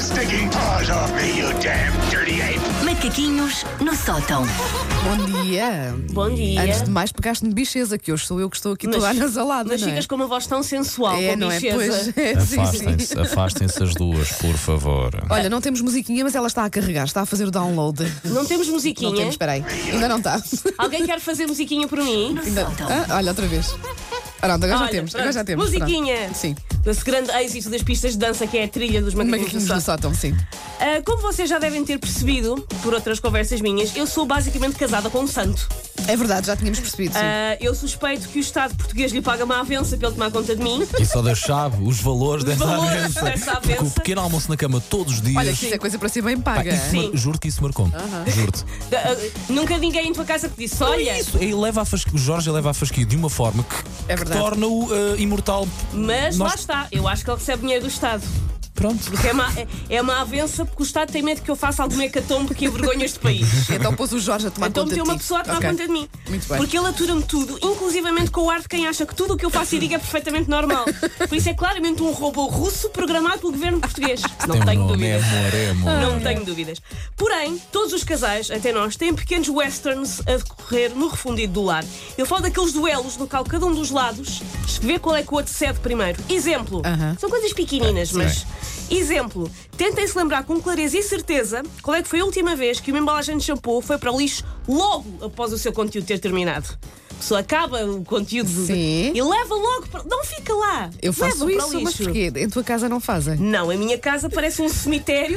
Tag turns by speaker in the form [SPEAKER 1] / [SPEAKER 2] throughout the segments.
[SPEAKER 1] stinking paws off me, you damn dirty ape!
[SPEAKER 2] Macaquinhos no sótão.
[SPEAKER 3] Bom dia.
[SPEAKER 4] Bom dia.
[SPEAKER 3] Antes de mais, pegaste-me bicheza, que hoje sou eu que estou aqui toda anasalada.
[SPEAKER 4] Mas
[SPEAKER 3] não é?
[SPEAKER 4] chegas com uma voz tão sensual,
[SPEAKER 3] É,
[SPEAKER 4] com
[SPEAKER 3] não é?
[SPEAKER 4] bicheza.
[SPEAKER 3] Pois é, sim, sim.
[SPEAKER 5] Afastem-se, afastem-se as duas, por favor.
[SPEAKER 3] Olha, não temos musiquinha, mas ela está a carregar, está a fazer o download.
[SPEAKER 4] Não temos musiquinha.
[SPEAKER 3] Não temos, espera aí. Ainda não está.
[SPEAKER 4] Alguém quer fazer musiquinha por mim?
[SPEAKER 2] No
[SPEAKER 3] Ainda-
[SPEAKER 2] sótão.
[SPEAKER 3] Ah, olha, outra vez. Pronto, agora já
[SPEAKER 4] Olha,
[SPEAKER 3] temos.
[SPEAKER 4] pronto.
[SPEAKER 3] Agora já temos. pronto.
[SPEAKER 4] Musiquinha.
[SPEAKER 3] Sim.
[SPEAKER 4] Desse grande êxito das pistas de dança que é a trilha dos macaquinhos.
[SPEAKER 3] Macaquinhos
[SPEAKER 4] do
[SPEAKER 3] do
[SPEAKER 4] Sá.
[SPEAKER 3] sótão, sim.
[SPEAKER 4] Ah, como vocês já devem ter percebido por outras conversas minhas, eu sou basicamente casada com um santo.
[SPEAKER 3] É verdade, já tínhamos percebido. Sim.
[SPEAKER 4] Ah, eu suspeito que o Estado português lhe paga uma avença pelo tomar conta de mim.
[SPEAKER 5] E só Deus sabe os valores dessa
[SPEAKER 4] valores dessa
[SPEAKER 5] avença.
[SPEAKER 4] avença.
[SPEAKER 5] Porque o pequeno almoço na cama todos os dias.
[SPEAKER 3] Olha, que isso é coisa para ser bem paga.
[SPEAKER 5] isso mar-
[SPEAKER 4] Sim.
[SPEAKER 5] juro que isso marcou-me. Juro-te.
[SPEAKER 4] Ah, ah, nunca ninguém em tua casa te disse: olha,
[SPEAKER 5] Isso, ele leva a fasquia, o Jorge leva a fasquia de uma forma que,
[SPEAKER 3] É
[SPEAKER 5] que
[SPEAKER 3] verdade.
[SPEAKER 5] torna-o eh, imortal.
[SPEAKER 4] mas lá
[SPEAKER 5] Nós-
[SPEAKER 4] está, eu acho que ele recebe dinheiro do Estado.
[SPEAKER 5] Pronto.
[SPEAKER 4] Porque é uma, é uma avença porque o Estado tem medo que eu faça alguma hecatombe que envergonhe este país.
[SPEAKER 3] Então pôs o Jorge a tomar
[SPEAKER 4] Então
[SPEAKER 3] conta
[SPEAKER 4] meteu
[SPEAKER 3] de
[SPEAKER 4] uma
[SPEAKER 3] ti.
[SPEAKER 4] pessoa a tomar
[SPEAKER 3] Ok.
[SPEAKER 4] conta de mim.
[SPEAKER 3] Muito bem.
[SPEAKER 4] Porque ele atura-me tudo, inclusivamente com o ar de quem acha que tudo o que eu faço e digo é perfeitamente normal. Por isso é claramente um robô russo programado pelo governo português. Não
[SPEAKER 5] Tem um
[SPEAKER 4] tenho
[SPEAKER 5] nome,
[SPEAKER 4] dúvidas.
[SPEAKER 5] É amor, é amor.
[SPEAKER 3] Ah.
[SPEAKER 4] Não tenho dúvidas. Porém, todos os casais, até nós, têm pequenos westerns a decorrer no refundido do lar. Eu falo daqueles duelos no qual cada um dos lados vê qual é que o outro cede primeiro. Exemplo,
[SPEAKER 3] Aham.
[SPEAKER 4] são coisas pequeninas, mas. Exemplo, tentem se lembrar com clareza e certeza qual é que foi a última vez que uma embalagem de shampoo foi para o lixo logo após o seu conteúdo ter terminado. A pessoa acaba o conteúdo
[SPEAKER 3] Sim.
[SPEAKER 4] e leva logo para. Não fica lá!
[SPEAKER 3] Eu faço
[SPEAKER 4] leva para
[SPEAKER 3] isso,
[SPEAKER 4] o
[SPEAKER 3] mas
[SPEAKER 4] lixo.
[SPEAKER 3] porquê? Em tua casa não fazem.
[SPEAKER 4] Não, a minha casa parece um cemitério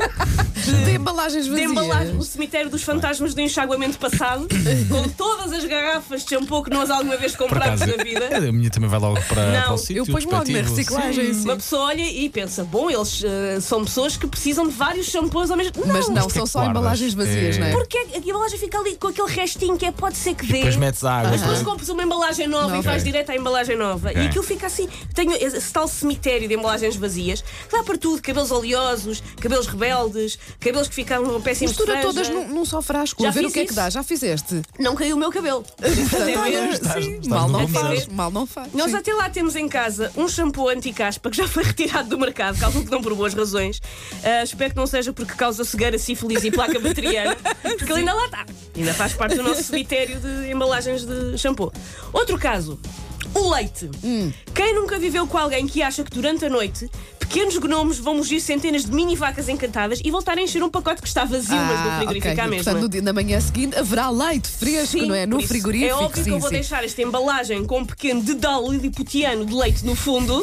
[SPEAKER 3] Tem embalagens
[SPEAKER 4] de
[SPEAKER 3] vazias.
[SPEAKER 4] embalagem, o cemitério dos fantasmas do enxaguamento passado, com todas as garrafas de shampoo que nós alguma vez
[SPEAKER 5] Por
[SPEAKER 4] comprámos
[SPEAKER 5] acaso,
[SPEAKER 4] na vida.
[SPEAKER 5] a minha também vai logo para,
[SPEAKER 4] Não,
[SPEAKER 5] para o sítio.
[SPEAKER 3] Eu ponho logo na
[SPEAKER 5] respectivo.
[SPEAKER 3] reciclagem. Sim.
[SPEAKER 4] Uma pessoa olha e pensa: bom, eles eh, são pessoas que precisam de vários shampoos ao mesmo tempo.
[SPEAKER 3] Mas não,
[SPEAKER 5] que é
[SPEAKER 3] são
[SPEAKER 5] que
[SPEAKER 3] só
[SPEAKER 5] guardas?
[SPEAKER 3] embalagens vazias,
[SPEAKER 5] É.
[SPEAKER 3] não é?
[SPEAKER 4] Porque a embalagem fica ali com aquele restinho que é pode ser que dê.
[SPEAKER 5] Depois metes a água.
[SPEAKER 4] Depois compras uma embalagem nova
[SPEAKER 3] Nova.
[SPEAKER 4] e vais
[SPEAKER 5] Ok.
[SPEAKER 4] direto à embalagem nova.
[SPEAKER 5] Ok.
[SPEAKER 4] E aquilo fica assim. Tenho esse tal cemitério de embalagens vazias. Dá para tudo: cabelos oleosos, cabelos rebeldes, cabelos que ficaram péssimos. de
[SPEAKER 3] Mistura
[SPEAKER 4] franja.
[SPEAKER 3] todas num, num só frasco,
[SPEAKER 4] Já
[SPEAKER 3] a ver o
[SPEAKER 4] fiz
[SPEAKER 3] que é que
[SPEAKER 4] isso.
[SPEAKER 3] dá. Já fizeste?
[SPEAKER 4] Não caiu o meu cabelo.
[SPEAKER 3] Olha,
[SPEAKER 5] Estás-
[SPEAKER 3] sim,
[SPEAKER 5] estás
[SPEAKER 3] mal
[SPEAKER 5] no
[SPEAKER 3] não
[SPEAKER 5] bom
[SPEAKER 3] faz.
[SPEAKER 4] caminho.
[SPEAKER 3] Mal não faz.
[SPEAKER 4] Nós
[SPEAKER 3] Sim.
[SPEAKER 4] até lá temos em casa um shampoo anti-caspa que já foi retirado do mercado, calculo que não por boas razões. Ah, espero que não seja porque causa cegueira, sífilis e placa bacteriana, porque ele ainda lá está. Ainda faz parte do nosso cemitério de embalagens de shampoo. Outro caso. O leite.
[SPEAKER 3] Hum.
[SPEAKER 4] Quem nunca viveu com alguém que acha que durante a noite pequenos gnomos vão mugir centenas de mini vacas encantadas e voltar a encher um pacote que está vazio, mas no
[SPEAKER 3] Ah,
[SPEAKER 4] frigorífico
[SPEAKER 3] ok.
[SPEAKER 4] à mesma.
[SPEAKER 3] Portanto, no dia, na manhã seguinte haverá leite fresco,
[SPEAKER 4] é? Sim,
[SPEAKER 3] não é? No
[SPEAKER 4] por isso.
[SPEAKER 3] frigorífico.
[SPEAKER 4] É óbvio
[SPEAKER 3] sim,
[SPEAKER 4] que eu vou
[SPEAKER 3] sim.
[SPEAKER 4] deixar esta embalagem com um pequeno dedal liliputiano de leite no fundo,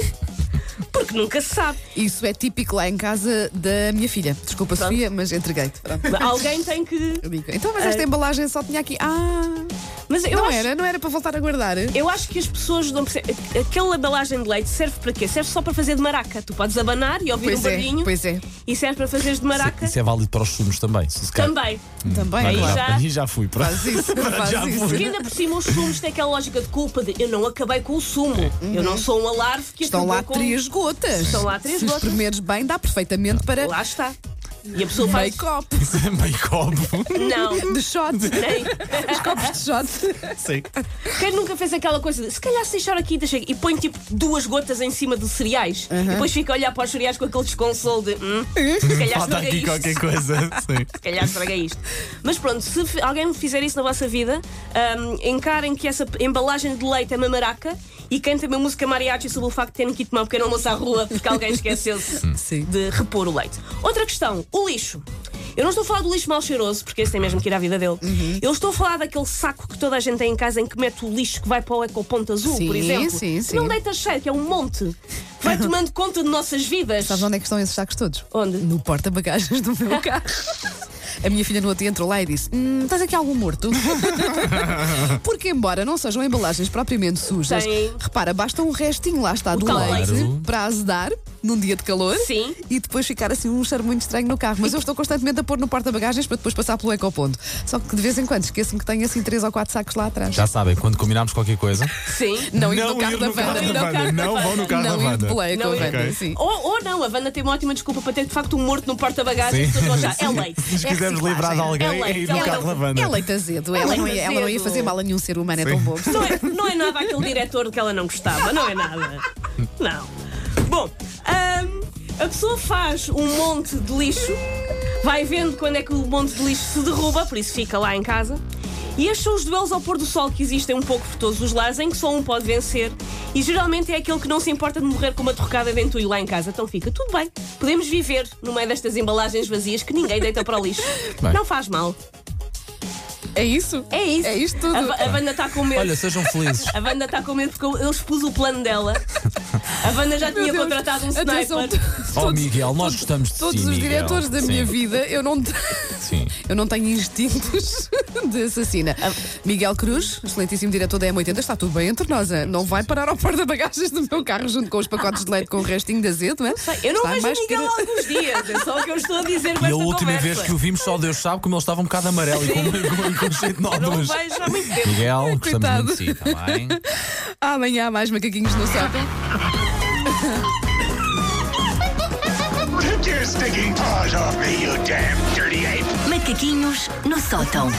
[SPEAKER 4] porque nunca se sabe.
[SPEAKER 3] Isso é típico lá em casa da minha filha. Desculpa, Sofia, mas entreguei-te. Pronto.
[SPEAKER 4] Alguém tem que.
[SPEAKER 3] Eu digo, Então, mas esta
[SPEAKER 4] Ah.
[SPEAKER 3] embalagem só tinha aqui. Ah,
[SPEAKER 4] Mas eu
[SPEAKER 3] não
[SPEAKER 4] acho,
[SPEAKER 3] era, não era para voltar a guardar.
[SPEAKER 4] eu acho que as pessoas não percebem. Aquela embalagem de leite serve para quê? Serve só para fazer de maraca. Tu podes abanar e ouvir
[SPEAKER 3] Pois
[SPEAKER 4] um
[SPEAKER 3] é,
[SPEAKER 4] barulhinho
[SPEAKER 3] pois é.
[SPEAKER 4] e serve para fazeres de
[SPEAKER 5] Isso
[SPEAKER 4] maraca
[SPEAKER 5] é- Isso é válido para os sumos também. se se calhar-
[SPEAKER 4] também.
[SPEAKER 3] Também,
[SPEAKER 5] Aí
[SPEAKER 3] claro.
[SPEAKER 5] já,
[SPEAKER 4] já-
[SPEAKER 5] aí já fui. pronto.
[SPEAKER 3] Faz isso,
[SPEAKER 5] Hum, Já
[SPEAKER 3] faz isso.
[SPEAKER 4] Porque ainda por cima os sumos têm aquela lógica de culpa de eu não acabei com o sumo. Eu não sou um alarve que
[SPEAKER 3] Estão
[SPEAKER 4] acabou
[SPEAKER 3] lá
[SPEAKER 4] com...
[SPEAKER 3] três gotas.
[SPEAKER 4] Estão lá três
[SPEAKER 3] Se
[SPEAKER 4] gotas.
[SPEAKER 3] espremeres bem, dá perfeitamente para
[SPEAKER 4] Lá está. E a pessoa faz.
[SPEAKER 3] meio copo
[SPEAKER 5] Isso é meio copo.
[SPEAKER 4] Não.
[SPEAKER 3] de shot.
[SPEAKER 4] Nem.
[SPEAKER 3] Os copos de shot.
[SPEAKER 5] Sim.
[SPEAKER 4] Quem nunca fez aquela coisa de se calhar se deixar aqui deixa, e põe tipo duas gotas em cima de cereais e depois fica a olhar para os cereais com aquele desconsolo de hum, se calhar
[SPEAKER 5] Falta
[SPEAKER 4] estraguei
[SPEAKER 5] aqui
[SPEAKER 4] isto.
[SPEAKER 5] qualquer coisa. Sim.
[SPEAKER 4] Se calhar estraguei isto. Mas pronto, se fi- alguém fizer isso na vossa vida, hum, encarem que essa embalagem de leite é uma maraca e cantem uma música mariachi sobre o facto de terem que ir tomar um pequeno almoço à rua porque alguém esqueceu-se
[SPEAKER 3] Sim.
[SPEAKER 4] de repor o leite. Outra questão, o lixo. Eu não estou a falar do lixo mal cheiroso, porque esse tem mesmo que ir à vida dele.
[SPEAKER 3] Uhum.
[SPEAKER 4] Eu estou a falar daquele saco que toda a gente tem em casa em que mete o lixo que vai para o ecoponto azul,
[SPEAKER 3] Sim,
[SPEAKER 4] por exemplo.
[SPEAKER 3] sim,
[SPEAKER 4] que
[SPEAKER 3] sim.
[SPEAKER 4] Não deita cheio, que é um monte. que Vai tomando conta de nossas vidas.
[SPEAKER 3] Sabes onde é que estão esses sacos todos?
[SPEAKER 4] Onde?
[SPEAKER 3] No porta-bagagens do meu carro. A minha filha no outro dia entrou lá e disse: Hum, tens aqui algum morto? Porque, embora não sejam embalagens propriamente sujas,
[SPEAKER 4] Tem.
[SPEAKER 3] repara, basta um restinho lá está do
[SPEAKER 4] tal
[SPEAKER 3] leite
[SPEAKER 5] leite.
[SPEAKER 3] para azedar num dia de calor
[SPEAKER 4] Sim.
[SPEAKER 3] e depois ficar assim um cheiro muito estranho no carro. Mas eu estou constantemente a pôr no porta-bagagens para depois passar pelo ecoponto. Só que de vez em quando esqueço-me que tenho assim três ou quatro sacos lá atrás.
[SPEAKER 5] Já sabem, quando combinarmos qualquer coisa.
[SPEAKER 4] Sim.
[SPEAKER 3] Não, ir no carro
[SPEAKER 5] ir
[SPEAKER 3] da
[SPEAKER 5] no carro
[SPEAKER 3] Wanda.
[SPEAKER 5] da
[SPEAKER 4] Não, carro da
[SPEAKER 5] Wanda, Não
[SPEAKER 4] Wanda.
[SPEAKER 5] vão no carro da
[SPEAKER 3] Não é ir de
[SPEAKER 5] Wanda.
[SPEAKER 3] play com a
[SPEAKER 4] Não ir-
[SPEAKER 3] Wanda,
[SPEAKER 5] Ok.
[SPEAKER 3] sim.
[SPEAKER 4] Ou, ou não, a Wanda tem uma ótima desculpa para ter de facto um morto no
[SPEAKER 5] Sim.
[SPEAKER 4] porta-bagagens. as pessoas vão já, É leite.
[SPEAKER 5] Se nos
[SPEAKER 3] É
[SPEAKER 5] quisermos
[SPEAKER 3] reciclagem.
[SPEAKER 5] livrar de alguém,
[SPEAKER 4] É leite,
[SPEAKER 5] é ir
[SPEAKER 4] é
[SPEAKER 5] no
[SPEAKER 4] leite.
[SPEAKER 5] carro da Wanda.
[SPEAKER 3] É leite azedo, ela,
[SPEAKER 4] É
[SPEAKER 3] não
[SPEAKER 4] leite
[SPEAKER 3] ia, ela não ia
[SPEAKER 4] azedo.
[SPEAKER 3] fazer mal a nenhum ser humano, é tão bobo.
[SPEAKER 4] Não é, não é nada aquele diretor que ela não gostava, não é nada. Não. Bom, ahm, A pessoa faz um monte de lixo, vai vendo quando é que o monte de lixo se derruba, por isso fica lá em casa. E estes são os duelos ao pôr do sol que existem um pouco por todos os lares, em que só um pode vencer. E geralmente é aquele que não se importa de morrer com uma torrada de entulho lá em casa. Então fica tudo bem. Podemos viver no meio destas embalagens vazias que ninguém deita para o lixo.
[SPEAKER 5] Bem.
[SPEAKER 4] Não faz mal.
[SPEAKER 3] É isso?
[SPEAKER 4] É isso.
[SPEAKER 3] É isto tudo.
[SPEAKER 4] A, Wa- a Wanda está com medo.
[SPEAKER 5] Olha, sejam felizes.
[SPEAKER 4] A Wanda está com medo porque eu, eu expus o plano dela. A Wanda já tinha
[SPEAKER 3] Deus.
[SPEAKER 4] contratado um
[SPEAKER 3] Atenção,
[SPEAKER 4] sniper.
[SPEAKER 5] Oh,
[SPEAKER 3] todos-
[SPEAKER 5] Miguel, nós gostamos de
[SPEAKER 3] Todos
[SPEAKER 5] ti,
[SPEAKER 3] os
[SPEAKER 5] Miguel.
[SPEAKER 3] diretores da
[SPEAKER 5] Sim,
[SPEAKER 3] minha vida, eu não, te-
[SPEAKER 5] Sim.
[SPEAKER 3] eu não tenho instintos de assassina. Miguel Cruz, excelentíssimo diretor da M80, está tudo bem entre nós. hein? Não vai parar ao porta-bagagens do meu carro junto com os pacotes de leite com o restinho de azedo, não é?
[SPEAKER 4] Eu não
[SPEAKER 3] Está
[SPEAKER 4] vejo o
[SPEAKER 3] mais
[SPEAKER 4] Miguel há alguns dias. É só o que eu estou a dizer com
[SPEAKER 5] E a
[SPEAKER 4] esta
[SPEAKER 5] última
[SPEAKER 4] conversa.
[SPEAKER 5] vez que o vimos, só Deus sabe como ele estava um bocado amarelo e com, com, com cheio de
[SPEAKER 4] Não o
[SPEAKER 5] nódulos.
[SPEAKER 4] vejo há muito tempo.
[SPEAKER 5] Miguel, gostamos
[SPEAKER 3] Coitado.
[SPEAKER 5] muito de si, está bem?
[SPEAKER 3] Amanhã há mais macaquinhos no céu.
[SPEAKER 1] Take your stinking paws off me, you damn dirty ape!
[SPEAKER 2] Macaquinhos no sótão.